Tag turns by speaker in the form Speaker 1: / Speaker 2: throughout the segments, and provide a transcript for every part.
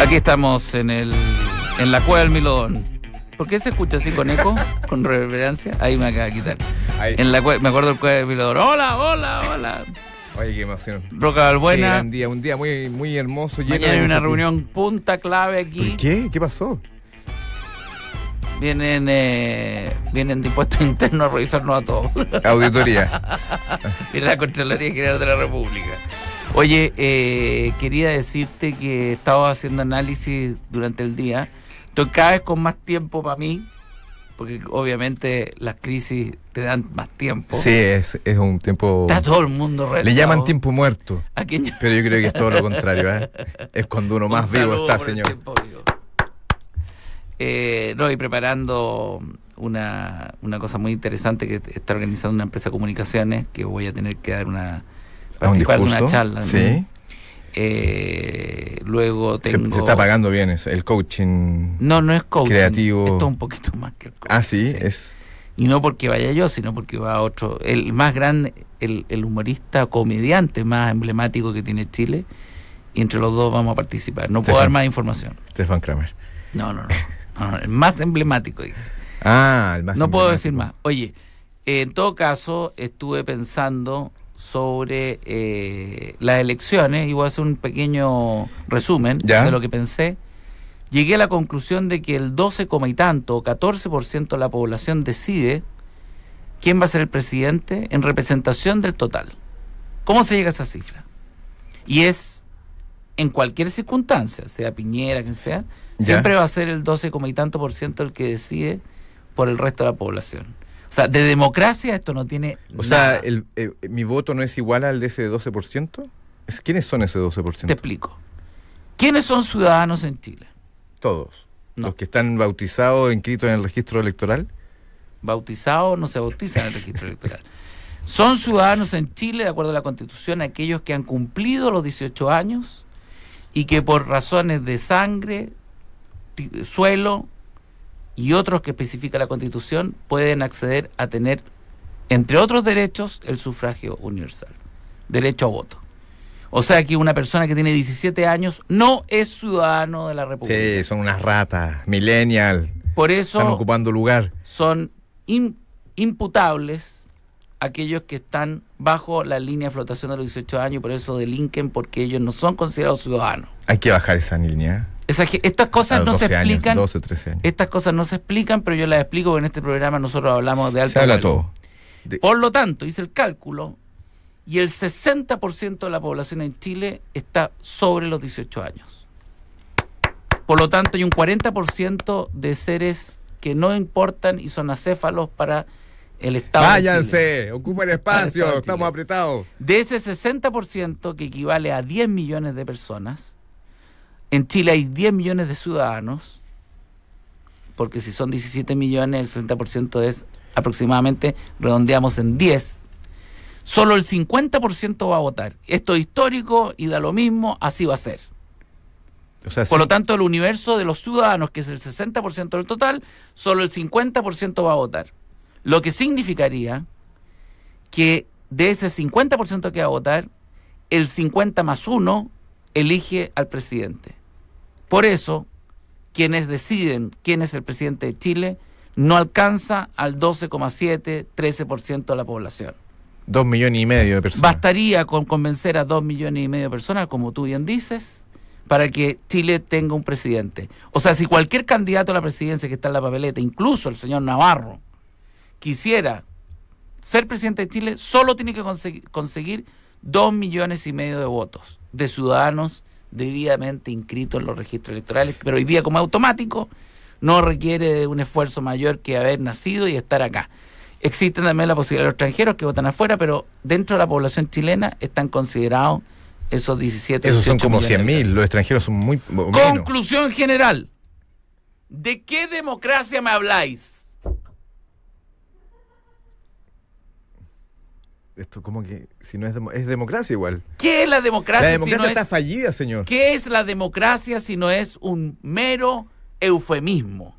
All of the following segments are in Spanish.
Speaker 1: Aquí estamos en el en la cueva del Milodón. ¿Por qué se escucha así con eco? Con reverberancia. Ahí me acaba de quitar.
Speaker 2: Ahí.
Speaker 1: En la cue- me acuerdo del cueva del Milodón. Hola, hola, hola.
Speaker 2: Oye, qué emoción.
Speaker 1: Roca
Speaker 2: Qué
Speaker 1: Balbuena.
Speaker 2: gran día, un día muy, muy hermoso. lleno
Speaker 1: Mañana
Speaker 2: de
Speaker 1: hay una
Speaker 2: emoción.
Speaker 1: reunión punta clave
Speaker 2: ¿Por
Speaker 1: aquí.
Speaker 2: qué? ¿Qué pasó?
Speaker 1: Vienen eh, vienen de impuestos internos a revisarnos a todos.
Speaker 2: Auditoría.
Speaker 1: Viene la Contraloría General de la República. Oye, eh, quería decirte que estaba haciendo análisis durante el día. Estoy cada vez con más tiempo para mí, porque obviamente las crisis te dan más tiempo.
Speaker 2: Sí, es, es un tiempo...
Speaker 1: Está todo el mundo
Speaker 2: Le
Speaker 1: reventado.
Speaker 2: llaman tiempo muerto,
Speaker 1: ¿A quién llaman?
Speaker 2: pero yo creo que es todo lo contrario. ¿eh? Es cuando uno más
Speaker 1: Un
Speaker 2: vivo
Speaker 1: saludo
Speaker 2: está,
Speaker 1: por el
Speaker 2: señor.
Speaker 1: tiempo vivo. Eh, no, y preparando una, una cosa muy interesante que está organizando una empresa de comunicaciones que voy a tener que dar una,
Speaker 2: ¿A un
Speaker 1: participar de
Speaker 2: discurso?
Speaker 1: una charla. ¿no?
Speaker 2: sí.
Speaker 1: Eh, luego
Speaker 2: Se-
Speaker 1: tengo.
Speaker 2: Se, está pagando bien es el coaching.
Speaker 1: No, no es coaching.
Speaker 2: Creativo.
Speaker 1: Esto es un poquito más que el coaching.
Speaker 2: Ah, sí,
Speaker 1: sí.
Speaker 2: es...
Speaker 1: Y no porque vaya yo, sino porque va otro. El más grande, el, el humorista, comediante más emblemático que tiene Chile. Y entre los dos vamos a participar. No puedo
Speaker 2: Estefan.
Speaker 1: dar más información.
Speaker 2: Stefan Kramer.
Speaker 1: No, no, no. No, no, el más emblemático. dije.
Speaker 2: Ah, el más
Speaker 1: No puedo decir
Speaker 2: emblemático.
Speaker 1: más. Oye, eh, en todo caso, estuve pensando sobre eh, las elecciones y voy a hacer un pequeño resumen
Speaker 2: Ya.
Speaker 1: de lo que pensé. Llegué a la conclusión de que el 12, coma y tanto, o 14% de la población decide quién va a ser el presidente en representación del total. ¿Cómo se llega a esa cifra? Y es en cualquier circunstancia, sea Piñera, quien sea,
Speaker 2: Ya.
Speaker 1: siempre va a ser el 12, coma y tanto por ciento el que decide por el resto de la población. O sea, de democracia esto no tiene
Speaker 2: O sea,
Speaker 1: nada.
Speaker 2: el- eh, mi voto no es igual al de ese 12%. Es- ¿Quiénes son ese
Speaker 1: Te
Speaker 2: 12%?
Speaker 1: explico. ¿Quiénes son ciudadanos en Chile?
Speaker 2: Todos.
Speaker 1: No.
Speaker 2: Los que están bautizados, inscritos en el registro electoral.
Speaker 1: bautizados no se bautizan en el registro electoral. Son ciudadanos en Chile, de acuerdo a la Constitución, aquellos que han cumplido los 18 años y que por razones de sangre, ti- suelo y otros que especifica la Constitución pueden acceder a tener, entre otros derechos, el sufragio universal, derecho a voto. O sea que una persona que tiene 17 años no es ciudadano de la República.
Speaker 2: Sí, son unas ratas, millennial.
Speaker 1: Por eso
Speaker 2: Están ocupando lugar.
Speaker 1: son im- imputables aquellos que están bajo la línea de flotación de los 18 años y por eso delinquen porque ellos no son considerados ciudadanos.
Speaker 2: Hay que bajar esa línea. ¿eh?
Speaker 1: Esa ge- estas
Speaker 2: A
Speaker 1: cosas no
Speaker 2: los
Speaker 1: se
Speaker 2: 12 años,
Speaker 1: explican,
Speaker 2: 12, 13 años.
Speaker 1: estas cosas no se explican, pero yo las explico porque en este programa nosotros hablamos de alto
Speaker 2: Se habla
Speaker 1: vuelo.
Speaker 2: todo. De-
Speaker 1: Por lo tanto, hice el cálculo y el 60% de la población en Chile está sobre los 18 años. Por lo tanto, hay un 40% de seres que no importan y son acéfalos para el Estado. de Chile.
Speaker 2: Váyanse, ocupen
Speaker 1: Estado
Speaker 2: espacio,
Speaker 1: de
Speaker 2: estamos
Speaker 1: Chile.
Speaker 2: apretados.
Speaker 1: De ese 60% que equivale a 10 millones de personas, en Chile hay 10 millones de ciudadanos, porque si son 17 millones, el 60% es aproximadamente, redondeamos en 10. Solo el 50% va a votar. Esto es histórico y da lo mismo, así va a ser.
Speaker 2: O sea,
Speaker 1: Por
Speaker 2: sí,
Speaker 1: lo tanto, el universo de los ciudadanos, que es el 60% del total, solo el 50% va a votar. Lo que significaría que de ese 50% que va a votar, el 50 más 1 elige al presidente. Por eso, quienes deciden quién es el presidente de Chile no alcanza al 12,7, 13% de la población.
Speaker 2: dos millones y medio de personas.
Speaker 1: Bastaría con convencer a dos millones y medio de personas, como tú bien dices, para que Chile tenga un presidente. O sea, si cualquier candidato a la presidencia que está en la papeleta, incluso el señor Navarro, quisiera ser presidente de Chile, solo tiene que consegui- conseguir dos millones y medio de votos de ciudadanos debidamente inscritos en los registros electorales, pero hoy día como es automático no requiere de un esfuerzo mayor que haber nacido y estar acá. Existen también la posibilidad de los extranjeros que votan afuera, pero dentro de la población chilena están considerados esos 17
Speaker 2: Esos son
Speaker 1: 18
Speaker 2: como
Speaker 1: millones de
Speaker 2: 100 mil, los extranjeros son muy... o menos.
Speaker 1: Conclusión general. ¿De qué democracia me habláis?
Speaker 2: Esto como que, si no es, demo- es democracia igual.
Speaker 1: ¿Qué es la democracia?
Speaker 2: la
Speaker 1: si
Speaker 2: democracia
Speaker 1: no
Speaker 2: está
Speaker 1: es-
Speaker 2: fallida, señor.
Speaker 1: ¿Qué es la democracia si no es un mero eufemismo?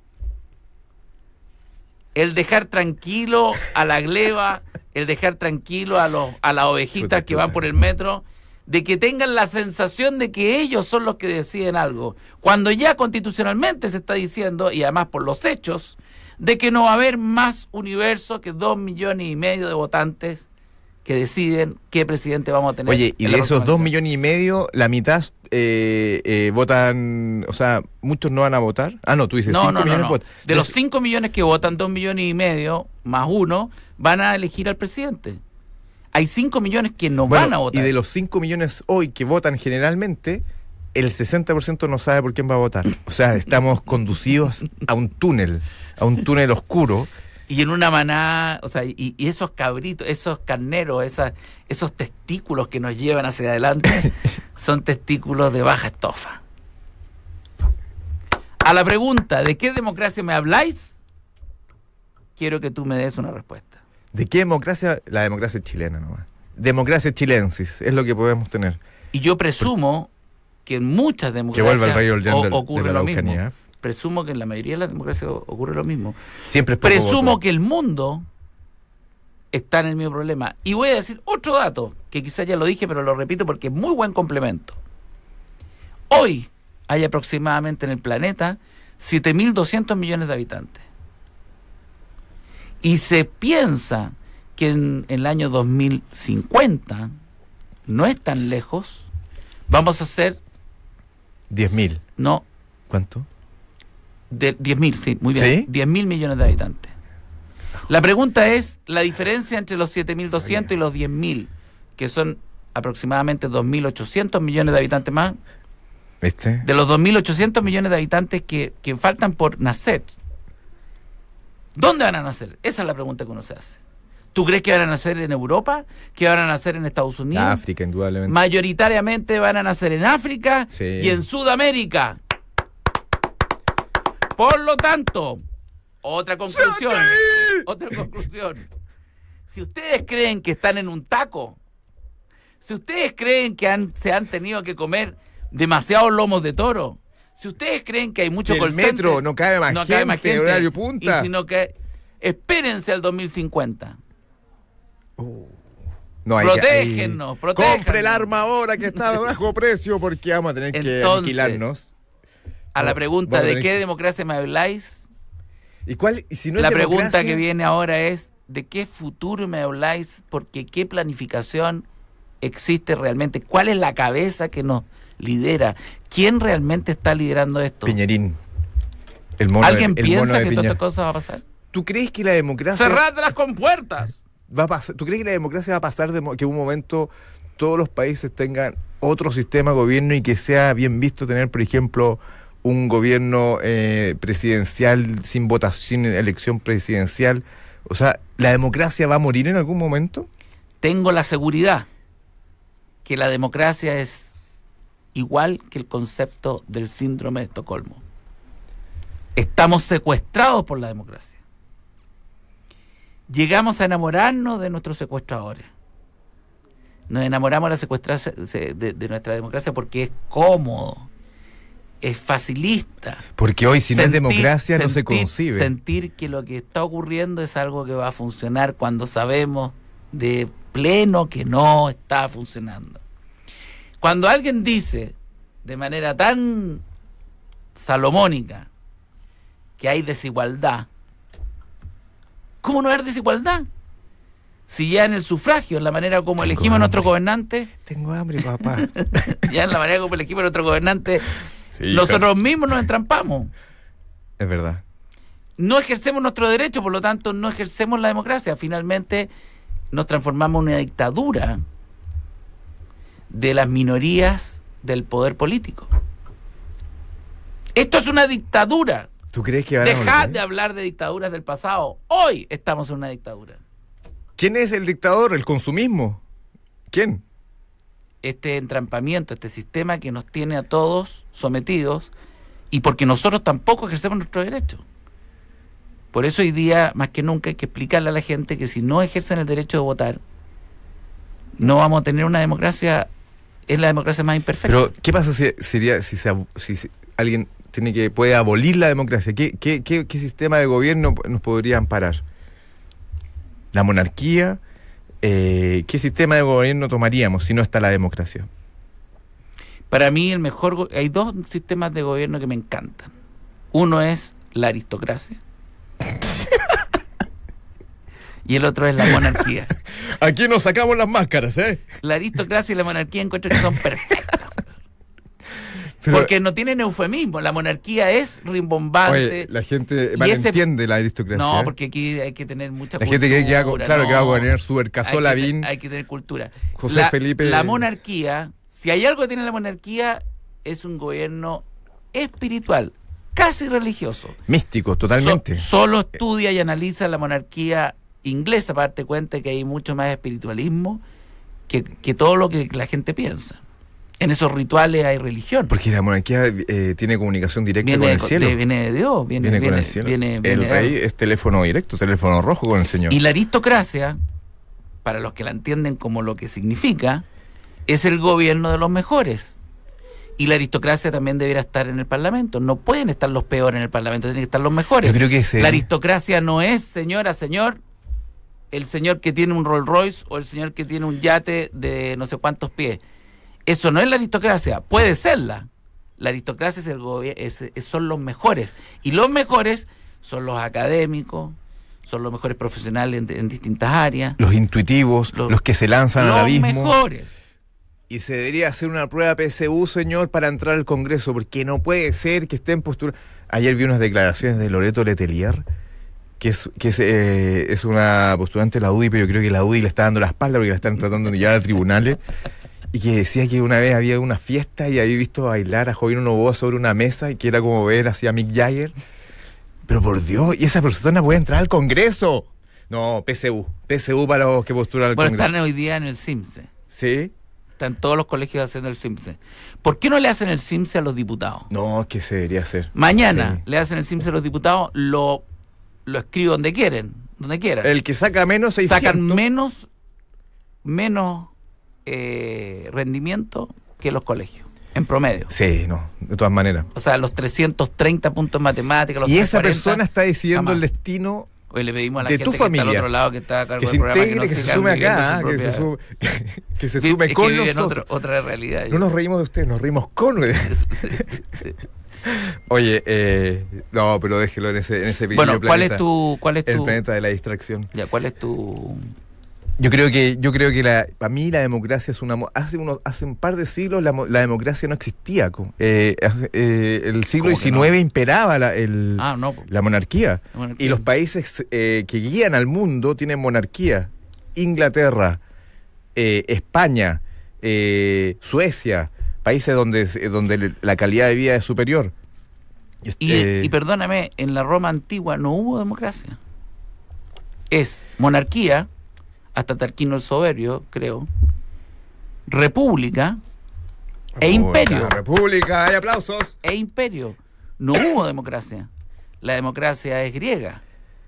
Speaker 1: El dejar tranquilo a la gleba, el dejar tranquilo a, los, a las ovejitas
Speaker 2: Chuta,
Speaker 1: que van
Speaker 2: chuta.
Speaker 1: por el metro, de que tengan la sensación de que ellos son los que deciden algo, cuando ya constitucionalmente se está diciendo, y además por los hechos, de que no va a haber más universo que dos millones y medio de votantes que deciden qué presidente vamos a tener.
Speaker 2: Oye, y
Speaker 1: en
Speaker 2: de
Speaker 1: la
Speaker 2: esos
Speaker 1: próxima
Speaker 2: dos
Speaker 1: elección.
Speaker 2: millones y medio, la mitad eh, eh, votan, o sea, muchos no van a votar. Ah, no, tú dices
Speaker 1: No,
Speaker 2: cinco
Speaker 1: no, no,
Speaker 2: millones
Speaker 1: no.
Speaker 2: votan.
Speaker 1: De los
Speaker 2: Entonces,
Speaker 1: 5 millones que votan, 2 millones y medio más uno van a elegir al presidente. Hay 5 millones que no
Speaker 2: bueno,
Speaker 1: van a votar.
Speaker 2: Y de los 5 millones hoy que votan generalmente, el 60% no sabe por quién va a votar. O sea, estamos conducidos a un túnel, a un túnel oscuro.
Speaker 1: Y en una manada, o sea, y, y esos cabritos, esos carneros, esas, esos testículos que nos llevan hacia adelante son testículos de baja estofa. A la pregunta, ¿de qué democracia me habláis? Quiero que tú me des una respuesta.
Speaker 2: ¿De qué democracia? La democracia chilena nomás. Democracia chilensis, es lo que podemos tener.
Speaker 1: Y yo presumo que en muchas
Speaker 2: Que
Speaker 1: democracias
Speaker 2: vuelva el rey Olllán
Speaker 1: o-
Speaker 2: del- de,
Speaker 1: ocurre
Speaker 2: la
Speaker 1: lo mismo.
Speaker 2: Araucanía.
Speaker 1: Presumo que en la mayoría de las democracias o- ocurre lo mismo.
Speaker 2: Siempre es poco
Speaker 1: Presumo
Speaker 2: voto.
Speaker 1: que el mundo está en el mismo problema. Y voy a decir otro dato, que quizás ya lo dije, pero lo repito porque es muy buen complemento. Hoy hay aproximadamente en el planeta 7.200 millones de habitantes. Y se piensa que en, en el año 2050, no es tan lejos, vamos a ser,
Speaker 2: 10.000.
Speaker 1: no,
Speaker 2: ¿Cuánto?
Speaker 1: De 10.000, sí, muy bien.
Speaker 2: ¿Sí?
Speaker 1: 10.000 millones de habitantes. La pregunta es la diferencia entre los 7.200
Speaker 2: Sabía.
Speaker 1: y los 10.000, que son aproximadamente 2.800 millones de habitantes más,
Speaker 2: ¿Viste?
Speaker 1: de los 2.800 millones de habitantes que, que faltan por nacer. ¿Dónde van a nacer? Esa es la pregunta que uno se hace. ¿Tú crees que van a nacer en Europa? ¿Que van a nacer en Estados Unidos?
Speaker 2: África, indudablemente.
Speaker 1: mayoritariamente van a nacer en África
Speaker 2: Sí.
Speaker 1: y en Sudamérica. Por lo tanto, otra conclusión. Otra conclusión. Si ustedes creen que están en un taco, si ustedes creen que han- se han tenido que comer demasiados lomos de toro, si ustedes creen que hay mucho
Speaker 2: Y el
Speaker 1: call
Speaker 2: metro,
Speaker 1: center,
Speaker 2: no cabe más gente, horario punta.
Speaker 1: Y sino que espérense al 2050.
Speaker 2: No, hay
Speaker 1: Protégennos,
Speaker 2: que-
Speaker 1: protéjanos.
Speaker 2: Compre el arma ahora que está a bajo precio porque vamos a tener que
Speaker 1: Entonces,
Speaker 2: alquilarnos.
Speaker 1: A la
Speaker 2: Bueno,
Speaker 1: pregunta
Speaker 2: bueno,
Speaker 1: de
Speaker 2: tenés
Speaker 1: qué
Speaker 2: que-
Speaker 1: democracia me habláis,
Speaker 2: ¿Y cuál? y si no es
Speaker 1: la pregunta
Speaker 2: democracia,
Speaker 1: que viene ahora es de qué futuro me habláis, porque qué planificación existe realmente, cuál es la cabeza que nos lidera, quién realmente está liderando esto.
Speaker 2: Piñerín. El mono, de-
Speaker 1: ¿Alguien
Speaker 2: el mono
Speaker 1: piensa
Speaker 2: de
Speaker 1: que todas
Speaker 2: Piñera.
Speaker 1: estas cosas va a pasar?
Speaker 2: ¿Tú crees que la democracia
Speaker 1: Cerrad las compuertas.
Speaker 2: va a pasar? ¿Tú crees que la democracia va a pasar de mo- que en un momento todos los países tengan otro sistema de gobierno y que sea bien visto tener, por ejemplo, un gobierno eh, presidencial sin votación, elección presidencial? O sea, ¿la democracia va a morir en algún momento?
Speaker 1: Tengo la seguridad que la democracia es igual que el concepto del síndrome de Estocolmo. Estamos secuestrados por la democracia. Llegamos a enamorarnos de nuestros secuestradores. Nos enamoramos de, la secuestra- se- de- de nuestra democracia porque es cómodo, es facilista.
Speaker 2: Porque hoy, si no es
Speaker 1: Sentir-
Speaker 2: democracia, no se
Speaker 1: sentir-
Speaker 2: concibe.
Speaker 1: Sentir que lo que está ocurriendo es algo que va a funcionar cuando sabemos de pleno que no está funcionando. Cuando alguien dice de manera tan salomónica que hay desigualdad, ¿cómo no va a haber desigualdad? Si ya en el sufragio, en la manera como
Speaker 2: Tengo
Speaker 1: elegimos a nuestro
Speaker 2: hambre.
Speaker 1: gobernante,
Speaker 2: Tengo hambre, papá.
Speaker 1: ya en la manera como elegimos a nuestro gobernante,
Speaker 2: Sí,
Speaker 1: nosotros mismos nos entrampamos.
Speaker 2: Es verdad.
Speaker 1: no ejercemos nuestro derecho, por lo tanto no ejercemos la democracia. Finalmente nos transformamos en una dictadura de las minorías del poder político. Esto es una dictadura.
Speaker 2: ¿Tú crees que van a
Speaker 1: Dejad
Speaker 2: volver?
Speaker 1: de hablar de dictaduras del pasado. Hoy estamos en una dictadura.
Speaker 2: ¿Quién es el dictador? ¿El consumismo? ¿Quién?
Speaker 1: Este entrampamiento, este sistema que nos tiene a todos sometidos y porque nosotros tampoco ejercemos nuestro derecho. Por eso hoy día, más que nunca, hay que explicarle a la gente que si no ejercen el derecho de votar, no vamos a tener una democracia, es la democracia más imperfecta.
Speaker 2: Pero, ¿qué pasa si, sería, si, se ab- si se- alguien tiene que puede abolir la democracia? ¿Qué, qué, qué- qué sistema de gobierno nos podría amparar? ¿La monarquía? Eh, ¿Qué sistema de gobierno tomaríamos si no está la democracia?
Speaker 1: Para mí el mejor, go- hay dos sistemas de gobierno que me encantan. Uno es la aristocracia y el otro es la monarquía.
Speaker 2: Aquí nos sacamos las máscaras, ¿eh?
Speaker 1: La aristocracia y la monarquía encuentro que son perfectas.
Speaker 2: Pero,
Speaker 1: porque no tienen eufemismo. La monarquía es rimbombante.
Speaker 2: oye, la gente
Speaker 1: y
Speaker 2: malentiende la aristocracia.
Speaker 1: no,
Speaker 2: ¿eh?
Speaker 1: porque aquí hay que tener mucha
Speaker 2: La gente cree que va a,
Speaker 1: cultura,
Speaker 2: claro, que va a
Speaker 1: no.
Speaker 2: poner su
Speaker 1: Hay que
Speaker 2: Ercazol
Speaker 1: te-
Speaker 2: Lavín.
Speaker 1: Hay que tener cultura.
Speaker 2: José
Speaker 1: La-
Speaker 2: Felipe-
Speaker 1: La monarquía, si hay algo que tiene la monarquía, es un gobierno espiritual, casi religioso.
Speaker 2: Místico, totalmente.
Speaker 1: So- solo estudia y analiza la monarquía inglesa para darte cuenta que hay mucho más espiritualismo que, que todo lo que la gente piensa. En esos rituales hay religión.
Speaker 2: Porque la monarquía eh, tiene comunicación directa
Speaker 1: Viene
Speaker 2: con
Speaker 1: de,
Speaker 2: el cielo.
Speaker 1: de- viene de Dios, viene,
Speaker 2: Viene con
Speaker 1: viene-
Speaker 2: el cielo.
Speaker 1: viene-
Speaker 2: el
Speaker 1: viene de
Speaker 2: rey
Speaker 1: algo.
Speaker 2: es teléfono directo, teléfono rojo con el señor.
Speaker 1: Y la aristocracia, para los que la entienden como lo que significa, es el gobierno de los mejores. Y la aristocracia también debería estar en el Parlamento. No pueden estar los peores en el Parlamento, tienen que estar los mejores.
Speaker 2: Yo creo que ese-
Speaker 1: La aristocracia no es, señora, señor, el señor que tiene un Rolls Royce o el señor que tiene un yate de no sé cuántos pies. Eso no es la aristocracia, puede serla. La aristocracia es el gobi- es- es- son los mejores. Y los mejores son los académicos, son los mejores profesionales en, en distintas áreas.
Speaker 2: los intuitivos,
Speaker 1: Los-
Speaker 2: los, que se lanzan al
Speaker 1: los
Speaker 2: abismo.
Speaker 1: mejores.
Speaker 2: Y se debería hacer una prueba PSU, señor, para entrar al Congreso, porque no puede ser que estén postura. Ayer vi unas declaraciones de Loreto Letelier, que es, que es, eh, es una postulante de la UDI, pero yo creo que la UDI le está dando la espalda porque la están tratando de llevar a tribunales. Y que decía que una vez había una fiesta y había visto bailar a Jovino Novoa sobre una mesa y que era como ver así a Mick Jagger. Pero por Dios, ¿y esa persona puede entrar al Congreso? No, PSU. PSU para los que postulan al
Speaker 1: Bueno,
Speaker 2: Congreso.
Speaker 1: están hoy día en el CIMSE.
Speaker 2: ¿Sí?
Speaker 1: Están todos los colegios haciendo el CIMSE. ¿Por qué no le hacen el CIMSE a los diputados?
Speaker 2: No, que se debería hacer.
Speaker 1: Mañana
Speaker 2: Sí.
Speaker 1: le hacen el CIMSE a los diputados, lo, lo escribo donde quieren, donde quieran.
Speaker 2: El que saca menos 600.
Speaker 1: Sacan menos, menos eh, rendimiento que los colegios, en promedio.
Speaker 2: Sí, no, de todas maneras.
Speaker 1: O sea, los 330 puntos en matemáticas, los
Speaker 2: Y esa
Speaker 1: 340,
Speaker 2: persona está decidiendo el
Speaker 1: jamás.
Speaker 2: destino
Speaker 1: Hoy le pedimos a la
Speaker 2: de
Speaker 1: gente
Speaker 2: tu
Speaker 1: que está al
Speaker 2: familia,
Speaker 1: otro lado que está a cargo
Speaker 2: que se
Speaker 1: del programa
Speaker 2: integre, que,
Speaker 1: no
Speaker 2: se
Speaker 1: sigan
Speaker 2: sume
Speaker 1: viviendo
Speaker 2: acá,
Speaker 1: su
Speaker 2: que
Speaker 1: propia-
Speaker 2: se sume, que se
Speaker 1: Sí,
Speaker 2: sume
Speaker 1: es que
Speaker 2: con
Speaker 1: viven en
Speaker 2: nosotros.
Speaker 1: otro- otra realidad.
Speaker 2: No nos reímos de usted, nos reímos con usted. Oye, eh, no, pero déjelo en ese, en ese pequeño
Speaker 1: bueno, ¿cuál
Speaker 2: planeta,
Speaker 1: es tu cuál es
Speaker 2: El
Speaker 1: tu
Speaker 2: planeta de la distracción.
Speaker 1: ya, cuál es tu
Speaker 2: Yo creo que, yo creo que la, para mí la democracia es una... mo- Hace, unos, hace un par de siglos la, mo- la democracia no existía. co- eh, hace- eh, el siglo
Speaker 1: ¿Cómo que
Speaker 2: XIX
Speaker 1: no?
Speaker 2: imperaba la, el,
Speaker 1: Ah, no.
Speaker 2: la monarquía.
Speaker 1: bueno,
Speaker 2: Y los países eh, que guían al mundo tienen monarquía. Inglaterra, eh, España, eh, Suecia, países donde, es- eh, donde le- la calidad de vida es superior. Y,
Speaker 1: Y,
Speaker 2: este,
Speaker 1: y perdóname, en la Roma antigua no hubo democracia. Es monarquía, hasta Tarquino el Soberbio, creo, república e imperio.
Speaker 2: República, hay aplausos.
Speaker 1: e imperio. No hubo democracia. La democracia es griega,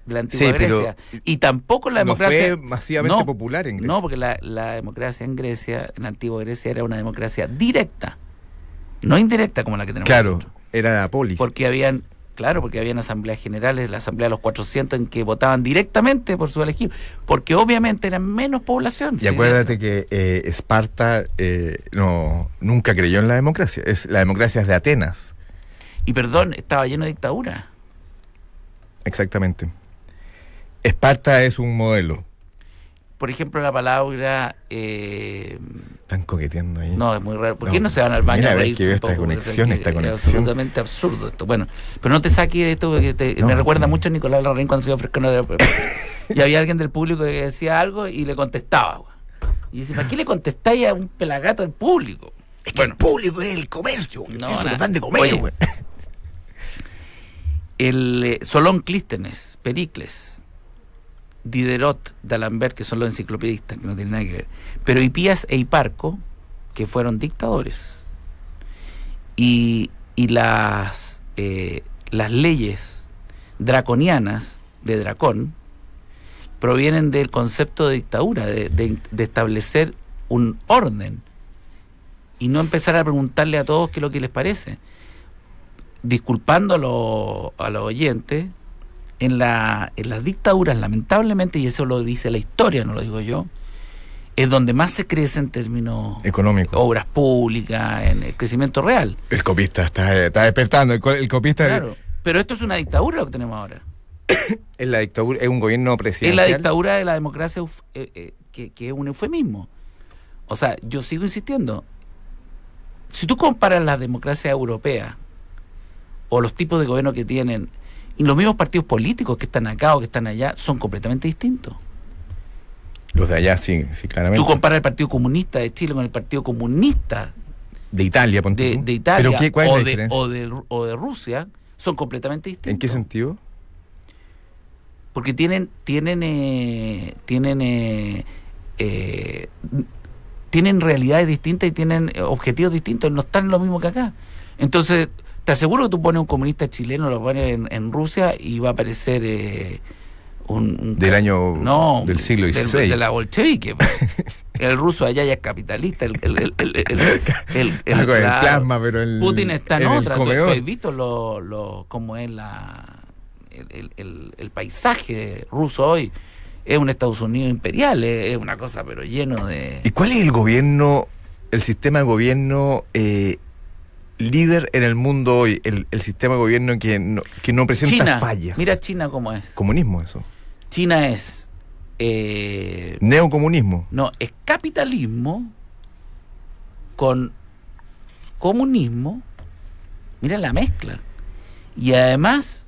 Speaker 1: de la antigua
Speaker 2: Sí, pero-
Speaker 1: Grecia. Y tampoco la
Speaker 2: No
Speaker 1: democracia...
Speaker 2: fue masivamente
Speaker 1: No,
Speaker 2: popular en Grecia.
Speaker 1: No, porque la, la democracia en Grecia, en la antigua Grecia, era una democracia directa, no indirecta como la que tenemos
Speaker 2: claro,
Speaker 1: nosotros.
Speaker 2: era la polis.
Speaker 1: Porque habían, claro, porque habían asambleas generales, la asamblea de los 400 en que votaban directamente por su elegido, porque obviamente eran menos población.
Speaker 2: Y acuérdate que eh, Esparta eh, no, nunca creyó en la democracia. Es, la democracia es de Atenas.
Speaker 1: Y perdón, estaba lleno de dictadura.
Speaker 2: Exactamente. Esparta es un modelo.
Speaker 1: Por ejemplo, la palabra... eh,
Speaker 2: Están coqueteando ahí.
Speaker 1: no, es muy raro. ¿Por
Speaker 2: No,
Speaker 1: qué no se van al baño
Speaker 2: primera
Speaker 1: a
Speaker 2: vez
Speaker 1: reírse
Speaker 2: que veo
Speaker 1: un
Speaker 2: esta
Speaker 1: poco?
Speaker 2: conexión,
Speaker 1: Es
Speaker 2: esta
Speaker 1: que
Speaker 2: conexión.
Speaker 1: Es absolutamente absurdo esto. Bueno, pero no te saques de esto porque te-
Speaker 2: No,
Speaker 1: me recuerda
Speaker 2: no.
Speaker 1: mucho a Nicolás Larraín cuando se iba frescando de la Y había alguien del público que decía algo y le contestaba. güey. Y dice, ¿para qué le contestáis a un pelagato del público? bueno,
Speaker 2: público es el comercio.
Speaker 1: No, eso nada. nos dan de comer, Oye. güey. el eh, Solón Clístenes, Pericles, Diderot, D'Alembert, que son los enciclopedistas, que no tienen nada que ver, pero Hipías e Hiparco, que fueron dictadores, y, y las, eh, las leyes draconianas de Dracón provienen del concepto de dictadura, de, de- de establecer un orden y no empezar a preguntarle a todos qué es lo que les parece disculpando a, los- a los oyentes, en, la, en las dictaduras, lamentablemente, y eso lo dice la historia, no lo digo yo, es donde más se crece en términos
Speaker 2: Económico.
Speaker 1: obras públicas, en el crecimiento real.
Speaker 2: El copista está, está despertando. El, co- el copista
Speaker 1: Claro. Pero esto es una dictadura lo que tenemos ahora.
Speaker 2: es la dictadura, es un gobierno
Speaker 1: Es la
Speaker 2: presidencial.
Speaker 1: dictadura de la democracia euf- eh, eh, que, que es un eufemismo. O sea, yo sigo insistiendo. Si tú comparas la democracia europea o los tipos de gobierno que tienen y los mismos partidos políticos que están acá o que están allá son completamente distintos.
Speaker 2: Los de allá, sí, sí, claramente.
Speaker 1: Tú comparas el Partido Comunista de Chile con el Partido Comunista
Speaker 2: de Italia, ponte
Speaker 1: de,
Speaker 2: tú.
Speaker 1: de Italia
Speaker 2: ¿Pero qué, cuál es
Speaker 1: o,
Speaker 2: la
Speaker 1: de,
Speaker 2: diferencia?
Speaker 1: o, de, Ru- o de Rusia son completamente distintos.
Speaker 2: ¿En qué sentido?
Speaker 1: porque tienen tienen eh, tienen eh, eh, tienen realidades distintas y tienen eh, objetivos distintos no están lo mismo que acá entonces te aseguro que tú pones un comunista chileno lo pones en, en Rusia y va a aparecer eh, un, un-
Speaker 2: Del año-
Speaker 1: no
Speaker 2: del siglo
Speaker 1: del-
Speaker 2: XVI.
Speaker 1: de la bolchevique pues. el ruso allá ya es capitalista el, el, el, el, el- el- el-
Speaker 2: Ah, con el
Speaker 1: claro.
Speaker 2: plasma, pero el.
Speaker 1: Putin está en,
Speaker 2: el
Speaker 1: otra. ¿Tú, tú
Speaker 2: comedor.
Speaker 1: has visto lo, lo- cómo es la, el, el- el- el paisaje ruso hoy? Es un Estados Unidos imperial, es, es una cosa, pero lleno de.
Speaker 2: ¿Y cuál es el gobierno, el sistema de gobierno eh, líder en el mundo hoy? El, el sistema de gobierno que no, que no presenta
Speaker 1: China.
Speaker 2: fallas.
Speaker 1: Mira China cómo es.
Speaker 2: Comunismo, eso.
Speaker 1: China es. eh,
Speaker 2: Neocomunismo.
Speaker 1: no, es capitalismo con comunismo. Mira la mezcla. Y además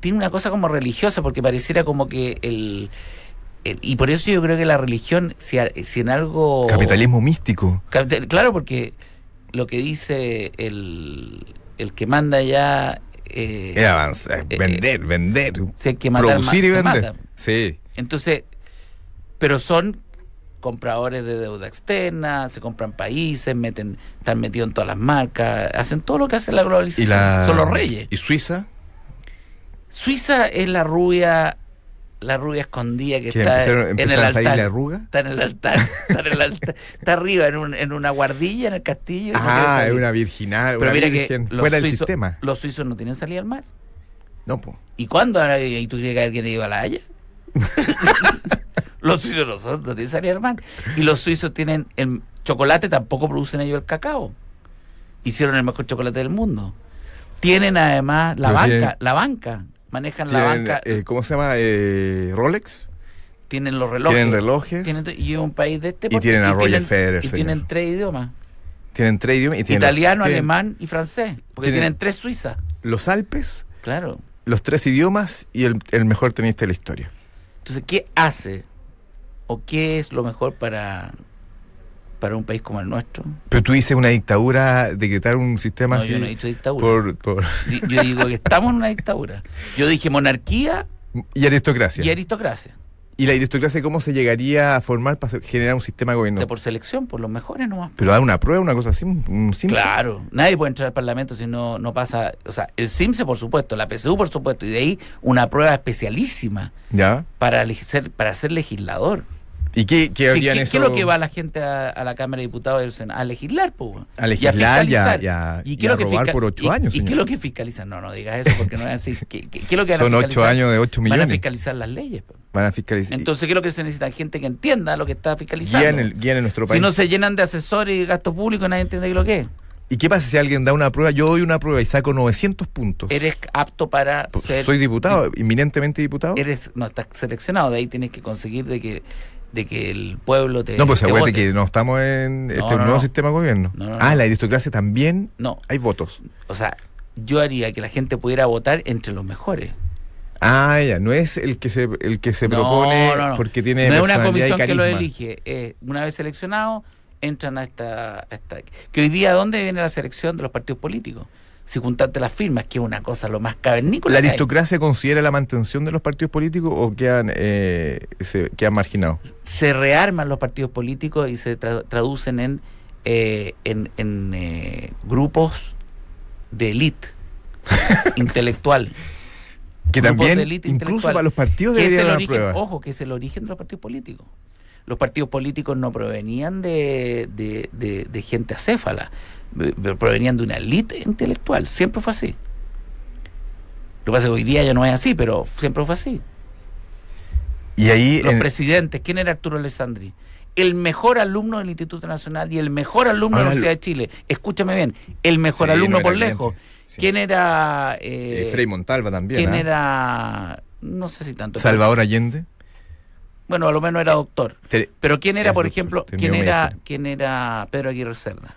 Speaker 1: tiene una cosa como religiosa, porque pareciera como que el... el- y por eso yo creo que la religión, si, a- si en algo...
Speaker 2: Capitalismo místico.
Speaker 1: Capital- claro, porque lo que dice el, el que manda ya... eh,
Speaker 2: Es avanzar,
Speaker 1: eh,
Speaker 2: vender, vender.
Speaker 1: si hay que matar,
Speaker 2: Producir
Speaker 1: ma-
Speaker 2: y
Speaker 1: se
Speaker 2: vender.
Speaker 1: mata.
Speaker 2: Sí.
Speaker 1: Entonces, pero son compradores de deuda externa, se compran países, meten, están metidos en todas las marcas, hacen todo lo que hace la
Speaker 2: Y
Speaker 1: globalización.
Speaker 2: la,
Speaker 1: Son los reyes.
Speaker 2: ¿Y Suiza?
Speaker 1: Suiza es la rubia, la rubia escondida que,
Speaker 2: Que
Speaker 1: está
Speaker 2: empezaron,
Speaker 1: en el
Speaker 2: empezaron a salir la
Speaker 1: altar.
Speaker 2: arruga.
Speaker 1: Está en el altar, está en el altar, está arriba en, un- en una guardilla en el castillo. y no quiere
Speaker 2: Ah,
Speaker 1: salir.
Speaker 2: es una virginal,
Speaker 1: Pero
Speaker 2: una
Speaker 1: mira
Speaker 2: virgen
Speaker 1: que los
Speaker 2: fuera del
Speaker 1: suizos-
Speaker 2: sistema.
Speaker 1: Los suizos no tienen salida al mar.
Speaker 2: No, pues.
Speaker 1: ¿Y cuándo? ahora- ¿Y tú crees que alguien iba a la Haya? los suizos no, son, no tienen salida al mar. Y los suizos tienen el chocolate, tampoco producen ellos el cacao. Hicieron el mejor chocolate del mundo. Tienen además la
Speaker 2: Pero
Speaker 1: banca,
Speaker 2: tienen-
Speaker 1: la banca. Manejan la
Speaker 2: Tienen,
Speaker 1: banca,
Speaker 2: eh, ¿Cómo se llama? Eh, ¿Rolex?
Speaker 1: tienen los relojes.
Speaker 2: Tienen relojes.
Speaker 1: tienen to- y es un país de este
Speaker 2: Y tienen a Roger
Speaker 1: tienen-
Speaker 2: Federer,
Speaker 1: Y
Speaker 2: señor.
Speaker 1: tienen tres idiomas.
Speaker 2: Tienen tres idiomas. y tienen los-
Speaker 1: Italiano,
Speaker 2: tienen
Speaker 1: alemán y francés. Porque
Speaker 2: tienen-
Speaker 1: tienen, tres suizas.
Speaker 2: Los Alpes,
Speaker 1: Claro.
Speaker 2: los tres idiomas y el, el mejor tenista de la historia.
Speaker 1: Entonces, ¿qué hace o qué es lo mejor para, para un país como el nuestro?
Speaker 2: Pero tú dices una dictadura, decretar un sistema
Speaker 1: No,
Speaker 2: así
Speaker 1: yo no he dicho dictadura.
Speaker 2: por, por-
Speaker 1: Di- Yo digo que estamos en una dictadura. Yo dije monarquía
Speaker 2: y aristocracia.
Speaker 1: y
Speaker 2: Y,
Speaker 1: aristocracia.
Speaker 2: la aristocracia cómo se llegaría a formar para generar un sistema de gobierno?
Speaker 1: De por selección, por los mejores nomás.
Speaker 2: Pero da una prueba, una cosa así, un, un Simpson.
Speaker 1: Claro, nadie puede entrar al Parlamento si no, no pasa. O sea, el CIMSE, por supuesto, la PSU, por supuesto, y de ahí una prueba especialísima
Speaker 2: ¿Ya?
Speaker 1: para, leg- ser, para ser legislador.
Speaker 2: ¿Y qué, qué
Speaker 1: Sí,
Speaker 2: habría en
Speaker 1: ¿qué,
Speaker 2: eso?
Speaker 1: qué es lo que va la gente a, a la Cámara de Diputados y al Senado? A legislar, pues. weón.
Speaker 2: A legislar y a-
Speaker 1: fiscalizar.
Speaker 2: y a- y
Speaker 1: qué es
Speaker 2: a
Speaker 1: lo que
Speaker 2: robar
Speaker 1: fiscal-
Speaker 2: por ocho
Speaker 1: y-
Speaker 2: años,
Speaker 1: ¿Y qué es
Speaker 2: señor.
Speaker 1: lo que fiscalizan? No, no digas eso porque no es así. ¿Qué, qué- qué es lo que van a
Speaker 2: Son ocho
Speaker 1: fiscalizar?
Speaker 2: años de ocho
Speaker 1: Van a
Speaker 2: millones.
Speaker 1: fiscalizar las leyes. pues.
Speaker 2: Van a fiscalizar.
Speaker 1: Entonces, ¿qué es lo que se necesita? Gente que entienda lo que está fiscalizando.
Speaker 2: Guían, el- guían en nuestro país.
Speaker 1: si no se llenan de asesores y gastos públicos, nadie entiende qué es lo que es.
Speaker 2: ¿Y qué pasa si alguien da una prueba? Yo doy una prueba y saco 900 puntos.
Speaker 1: Eres apto para
Speaker 2: Pues,
Speaker 1: ser.
Speaker 2: Soy diputado, inminentemente diputado.
Speaker 1: Eres, no, estás seleccionado. De ahí tienes que conseguir de que, de que el pueblo te.
Speaker 2: No, pues
Speaker 1: te
Speaker 2: acuérdate
Speaker 1: vote.
Speaker 2: que no estamos en este
Speaker 1: Eh, No,
Speaker 2: es
Speaker 1: no,
Speaker 2: un nuevo
Speaker 1: no.
Speaker 2: sistema de gobierno.
Speaker 1: No, no,
Speaker 2: ah,
Speaker 1: no.
Speaker 2: la aristocracia también
Speaker 1: No,
Speaker 2: hay votos.
Speaker 1: O sea, yo haría que la gente pudiera votar entre los mejores.
Speaker 2: Ah, ya, no es el que se el que se
Speaker 1: No,
Speaker 2: propone
Speaker 1: no, no.
Speaker 2: porque tiene
Speaker 1: no es una
Speaker 2: personalidad y
Speaker 1: comisión que lo
Speaker 2: carisma.
Speaker 1: elige. es una vez seleccionado, entran a esta, a esta- Que hoy día, ¿dónde viene la selección de los partidos políticos? Si juntaste las firmas, que es una cosa lo más cavernícola.
Speaker 2: ¿La
Speaker 1: que hay.
Speaker 2: aristocracia considera la mantención de los partidos políticos o quedan, eh, se, quedan marginados?
Speaker 1: Se rearman los partidos políticos y se tra- traducen en, eh, en, en, eh, grupos de élite intelectual.
Speaker 2: Que
Speaker 1: Grupos
Speaker 2: también,
Speaker 1: de élite
Speaker 2: incluso
Speaker 1: intelectual.
Speaker 2: para los partidos,
Speaker 1: que es
Speaker 2: debería
Speaker 1: el
Speaker 2: dar
Speaker 1: origen,
Speaker 2: prueba.
Speaker 1: ojo, que es el origen de los partidos políticos. Los partidos políticos no provenían de, de, de- de gente acéfala, be- be- provenían de una élite intelectual, siempre fue así. Lo que pasa es que hoy día ya no es así, pero siempre fue así.
Speaker 2: Y ahí,
Speaker 1: Los
Speaker 2: en-
Speaker 1: presidentes, ¿quién era Arturo Alessandri? el mejor alumno del Instituto Nacional y el mejor alumno
Speaker 2: Ahora,
Speaker 1: de la Universidad de Chile. Escúchame bien, el mejor
Speaker 2: Sí,
Speaker 1: alumno
Speaker 2: no,
Speaker 1: por
Speaker 2: claramente,
Speaker 1: lejos.
Speaker 2: sí.
Speaker 1: ¿Quién era?
Speaker 2: Eh,
Speaker 1: eh,
Speaker 2: Frei Montalva también.
Speaker 1: ¿Quién
Speaker 2: ¿ah?
Speaker 1: era? No sé si tanto.
Speaker 2: Salvador Allende.
Speaker 1: Bueno, a lo menos era doctor.
Speaker 2: Te-
Speaker 1: Pero ¿quién era,
Speaker 2: Es
Speaker 1: por
Speaker 2: doctor,
Speaker 1: ejemplo,
Speaker 2: terminó
Speaker 1: quién era,
Speaker 2: medicina.
Speaker 1: quién era Pedro Aguirre Cerda?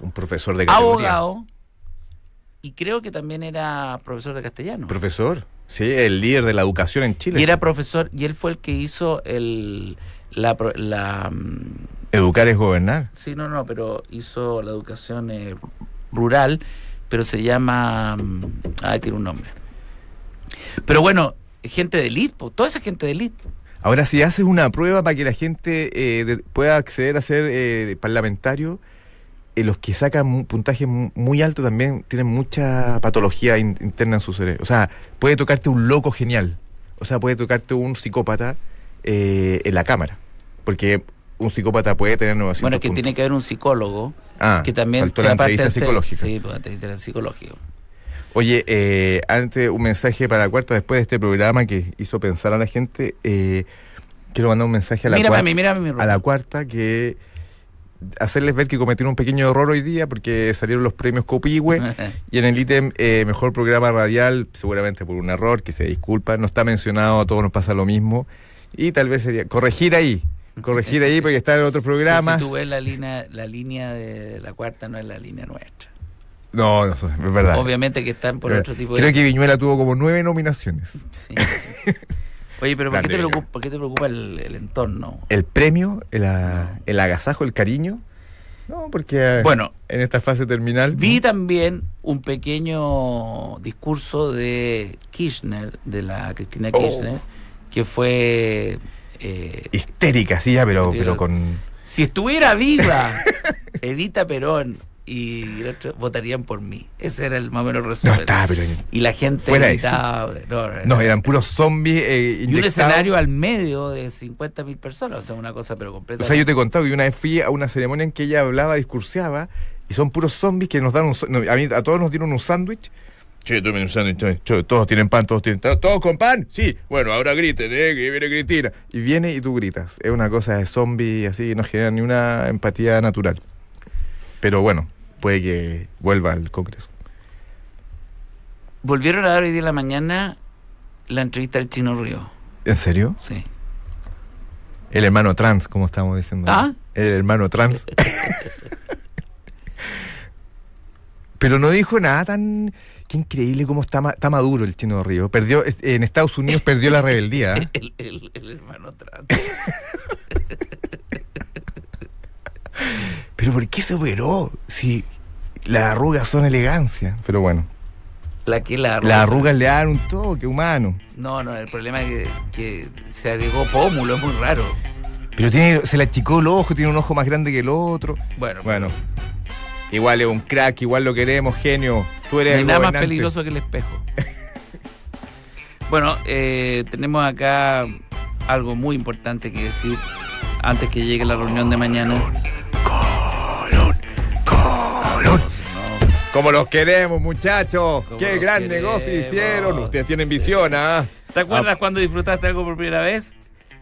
Speaker 2: Un profesor de categoría.
Speaker 1: Abogado y creo que también era profesor de castellano.
Speaker 2: Profesor. Sí, el líder de la educación en Chile.
Speaker 1: Y era profesor, y él fue el que hizo el, la, pro- la, mm,
Speaker 2: Educar es gobernar.
Speaker 1: Sí, no, no, pero hizo la educación eh, rural, pero se llama... mm, Ah, tiene un nombre. Pero bueno, gente de elite, po, toda esa gente de elite.
Speaker 2: Ahora, si haces una prueba para que la gente eh, de- pueda acceder a ser eh, parlamentario, eh, los que sacan mu- puntaje mu- muy alto también tienen mucha patología in- interna en su cerebro. O sea, puede tocarte un loco genial. O sea, puede tocarte un psicópata eh, en la cámara. Porque un psicópata puede tener 900
Speaker 1: Bueno, es que
Speaker 2: puntos.
Speaker 1: tiene que haber un psicólogo
Speaker 2: Ah,
Speaker 1: que también...
Speaker 2: faltó la
Speaker 1: sea parte
Speaker 2: entrevista
Speaker 1: del test.
Speaker 2: psicológica.
Speaker 1: Sí, pues, te- te- psicológico.
Speaker 2: Oye, eh, antes un mensaje para Cuarta, después de este programa que hizo pensar a la gente, eh, quiero mandar un mensaje a la,
Speaker 1: Mírame a
Speaker 2: cuar-
Speaker 1: mí, mírame a mí,
Speaker 2: a
Speaker 1: Rubén.
Speaker 2: la Cuarta que hacerles ver que cometieron un pequeño error hoy día porque salieron los premios Copihue
Speaker 1: Eh.
Speaker 2: y en el ítem eh, Mejor Programa Radial, seguramente por un error, que se disculpa, no está mencionado, a todos nos pasa lo mismo y tal vez sería corregir ahí, corregir ahí porque está en otros
Speaker 1: Pero
Speaker 2: programas.
Speaker 1: Si tú ves la línea, la línea de la cuarta, no es la línea nuestra.
Speaker 2: No, no, es verdad.
Speaker 1: Obviamente que están por
Speaker 2: Es
Speaker 1: otro
Speaker 2: verdad.
Speaker 1: tipo de...
Speaker 2: Creo que Viñuela tuvo como nueve nominaciones.
Speaker 1: Sí. Oye, pero ¿por qué,
Speaker 2: Grande,
Speaker 1: te
Speaker 2: yo
Speaker 1: preocupa, por qué te preocupa el, el entorno?
Speaker 2: el premio, el, a- el agasajo, el cariño. No, porque bueno,
Speaker 1: Bueno,
Speaker 2: en esta fase terminal.
Speaker 1: vi también un pequeño discurso de Kirchner, de la Cristina
Speaker 2: Oh.
Speaker 1: Kirchner, que fue... eh,
Speaker 2: Histérica, sí, ya, pero,
Speaker 1: Digo-
Speaker 2: pero con.
Speaker 1: si estuviera viva Edita Perón y el otro, votarían por mí. Ese era el más o menos el
Speaker 2: No
Speaker 1: resumen.
Speaker 2: estaba, pero.
Speaker 1: Y la gente
Speaker 2: Fuera
Speaker 1: gritaba, no, no,
Speaker 2: No,
Speaker 1: no.
Speaker 2: eran puros zombies. eh,
Speaker 1: y un
Speaker 2: inyectados.
Speaker 1: escenario al medio de 50.000 personas, o sea, una cosa pero
Speaker 2: O sea,
Speaker 1: completamente...
Speaker 2: yo te he contado que una vez fui a una ceremonia en que ella hablaba, discurseaba, y son puros zombies que nos dan un. so- no, a, mí, a todos nos dieron un sándwich. Che, tomen un sándwich, tomen- che, todos tienen pan, todos tienen. ¿Todos con pan? Sí. Bueno, ahora griten, eh, que viene Cristina. Y viene y tú gritas. Es una cosa de zombie, así, no genera ni una empatía natural. Pero bueno, puede que vuelva al Congreso.
Speaker 1: Volvieron a dar hoy día en la mañana la entrevista al Chino Río.
Speaker 2: ¿En serio?
Speaker 1: Sí.
Speaker 2: El hermano trans, como estamos diciendo.
Speaker 1: ¿Ah?
Speaker 2: El hermano trans. Pero no dijo nada tan... Qué increíble cómo está, ma- está maduro el chino Río. Perdió, es- en Estados Unidos perdió la rebeldía. ¿eh?
Speaker 1: El, el- el hermano trans.
Speaker 2: Pero ¿por qué se operó? Si las arrugas son elegancia. Pero bueno,
Speaker 1: La que la arruga.
Speaker 2: las arrugas le dan un toque humano.
Speaker 1: No, no, el problema es que, que se agregó pómulo, es muy raro.
Speaker 2: Pero tiene, se le achicó el ojo, tiene un ojo más grande que el otro.
Speaker 1: Bueno,
Speaker 2: Bueno, igual es un crack, igual lo queremos, genio. Tú
Speaker 1: no
Speaker 2: eres
Speaker 1: hay
Speaker 2: el
Speaker 1: nada más
Speaker 2: gobernante.
Speaker 1: peligroso que el espejo. bueno, eh, tenemos acá algo muy importante que decir antes que llegue la reunión de mañana.
Speaker 2: Colón.
Speaker 1: No,
Speaker 2: Como los queremos, muchachos.
Speaker 1: Como
Speaker 2: Qué
Speaker 1: los
Speaker 2: gran
Speaker 1: queremos.
Speaker 2: negocio hicieron. Ustedes tienen visión, ¿ah?
Speaker 1: ¿Te acuerdas cuando disfrutaste algo por primera vez?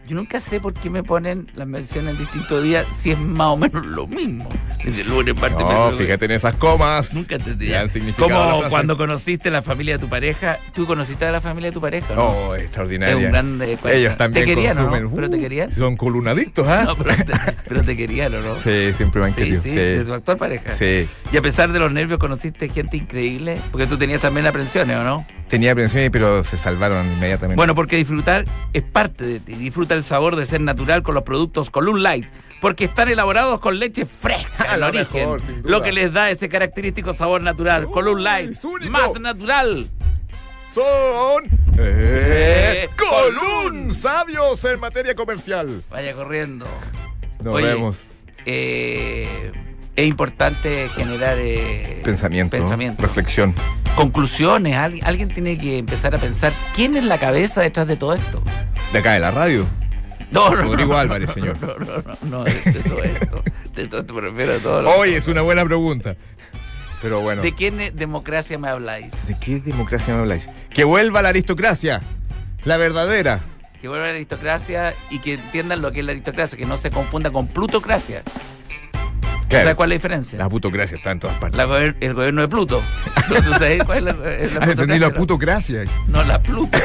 Speaker 1: Yo nunca sé por qué me ponen las menciones en distintos días si es más o menos lo mismo. Dice lunes, martes,
Speaker 2: No,
Speaker 1: miércoles,
Speaker 2: fíjate en esas comas.
Speaker 1: Nunca entendí.
Speaker 2: Ya han significado la
Speaker 1: Como
Speaker 2: frase.
Speaker 1: cuando conociste la familia de tu pareja, tú conociste a la familia de tu pareja. ¿no?
Speaker 2: Oh,
Speaker 1: es un
Speaker 2: extraordinaria.
Speaker 1: gran. eh, cuento.
Speaker 2: Ellos también
Speaker 1: ¿Te querían, o
Speaker 2: consumen.
Speaker 1: ¿no? ¿Pero
Speaker 2: Uh,
Speaker 1: te querían?
Speaker 2: Son colunadictos, ¿ah?
Speaker 1: No, pero te, pero te querían, ¿o no?
Speaker 2: Sí, siempre me han
Speaker 1: sí,
Speaker 2: querido.
Speaker 1: sí, de tu
Speaker 2: Sí,
Speaker 1: actual pareja.
Speaker 2: sí.
Speaker 1: Y a pesar de los nervios, conociste gente increíble, porque tú tenías también aprensiones, ¿o no?
Speaker 2: Tenía aprensiones, pero se salvaron inmediatamente.
Speaker 1: Bueno, porque disfrutar es parte de ti. Disfruta el sabor de ser natural con los productos Column Light, porque están elaborados con leche fresca
Speaker 2: Ah,
Speaker 1: al
Speaker 2: lo
Speaker 1: origen,
Speaker 2: mejor, sin duda.
Speaker 1: lo que les da ese característico sabor natural.
Speaker 2: Uy,
Speaker 1: Column Light,
Speaker 2: es único.
Speaker 1: más natural.
Speaker 2: Son.
Speaker 1: Eh,
Speaker 2: Eh,
Speaker 1: colun.
Speaker 2: Colun, sabios en materia comercial.
Speaker 1: Vaya corriendo.
Speaker 2: Nos
Speaker 1: Oye,
Speaker 2: vemos.
Speaker 1: Eh, es importante generar eh,
Speaker 2: Pensamiento, ¿no?
Speaker 1: pensamiento.
Speaker 2: reflexión.
Speaker 1: conclusiones. Al- alguien tiene que empezar a pensar quién es la cabeza detrás de todo esto.
Speaker 2: De acá de la radio.
Speaker 1: No, no,
Speaker 2: Rodrigo
Speaker 1: no,
Speaker 2: Álvarez,
Speaker 1: no,
Speaker 2: señor.
Speaker 1: No, no, no, no, de, de todo esto. De todo, me refiero a todo lo-
Speaker 2: Hoy es una buena pregunta. Pero bueno.
Speaker 1: ¿De qué ne- democracia me habláis?
Speaker 2: ¿De qué democracia me habláis? Que vuelva la aristocracia, la verdadera.
Speaker 1: Que que vuelva la aristocracia y que entiendan lo que es la aristocracia, que no se confunda con plutocracia.
Speaker 2: Claro,
Speaker 1: ¿Sabes cuál es la diferencia?
Speaker 2: la putocracia está en todas partes.
Speaker 1: La gober- el gobierno de Pluto. ¿Tú sabes cuál es la, es la
Speaker 2: Ah, entendí la
Speaker 1: plutocracia?
Speaker 2: putocracia.
Speaker 1: No, la Pluto.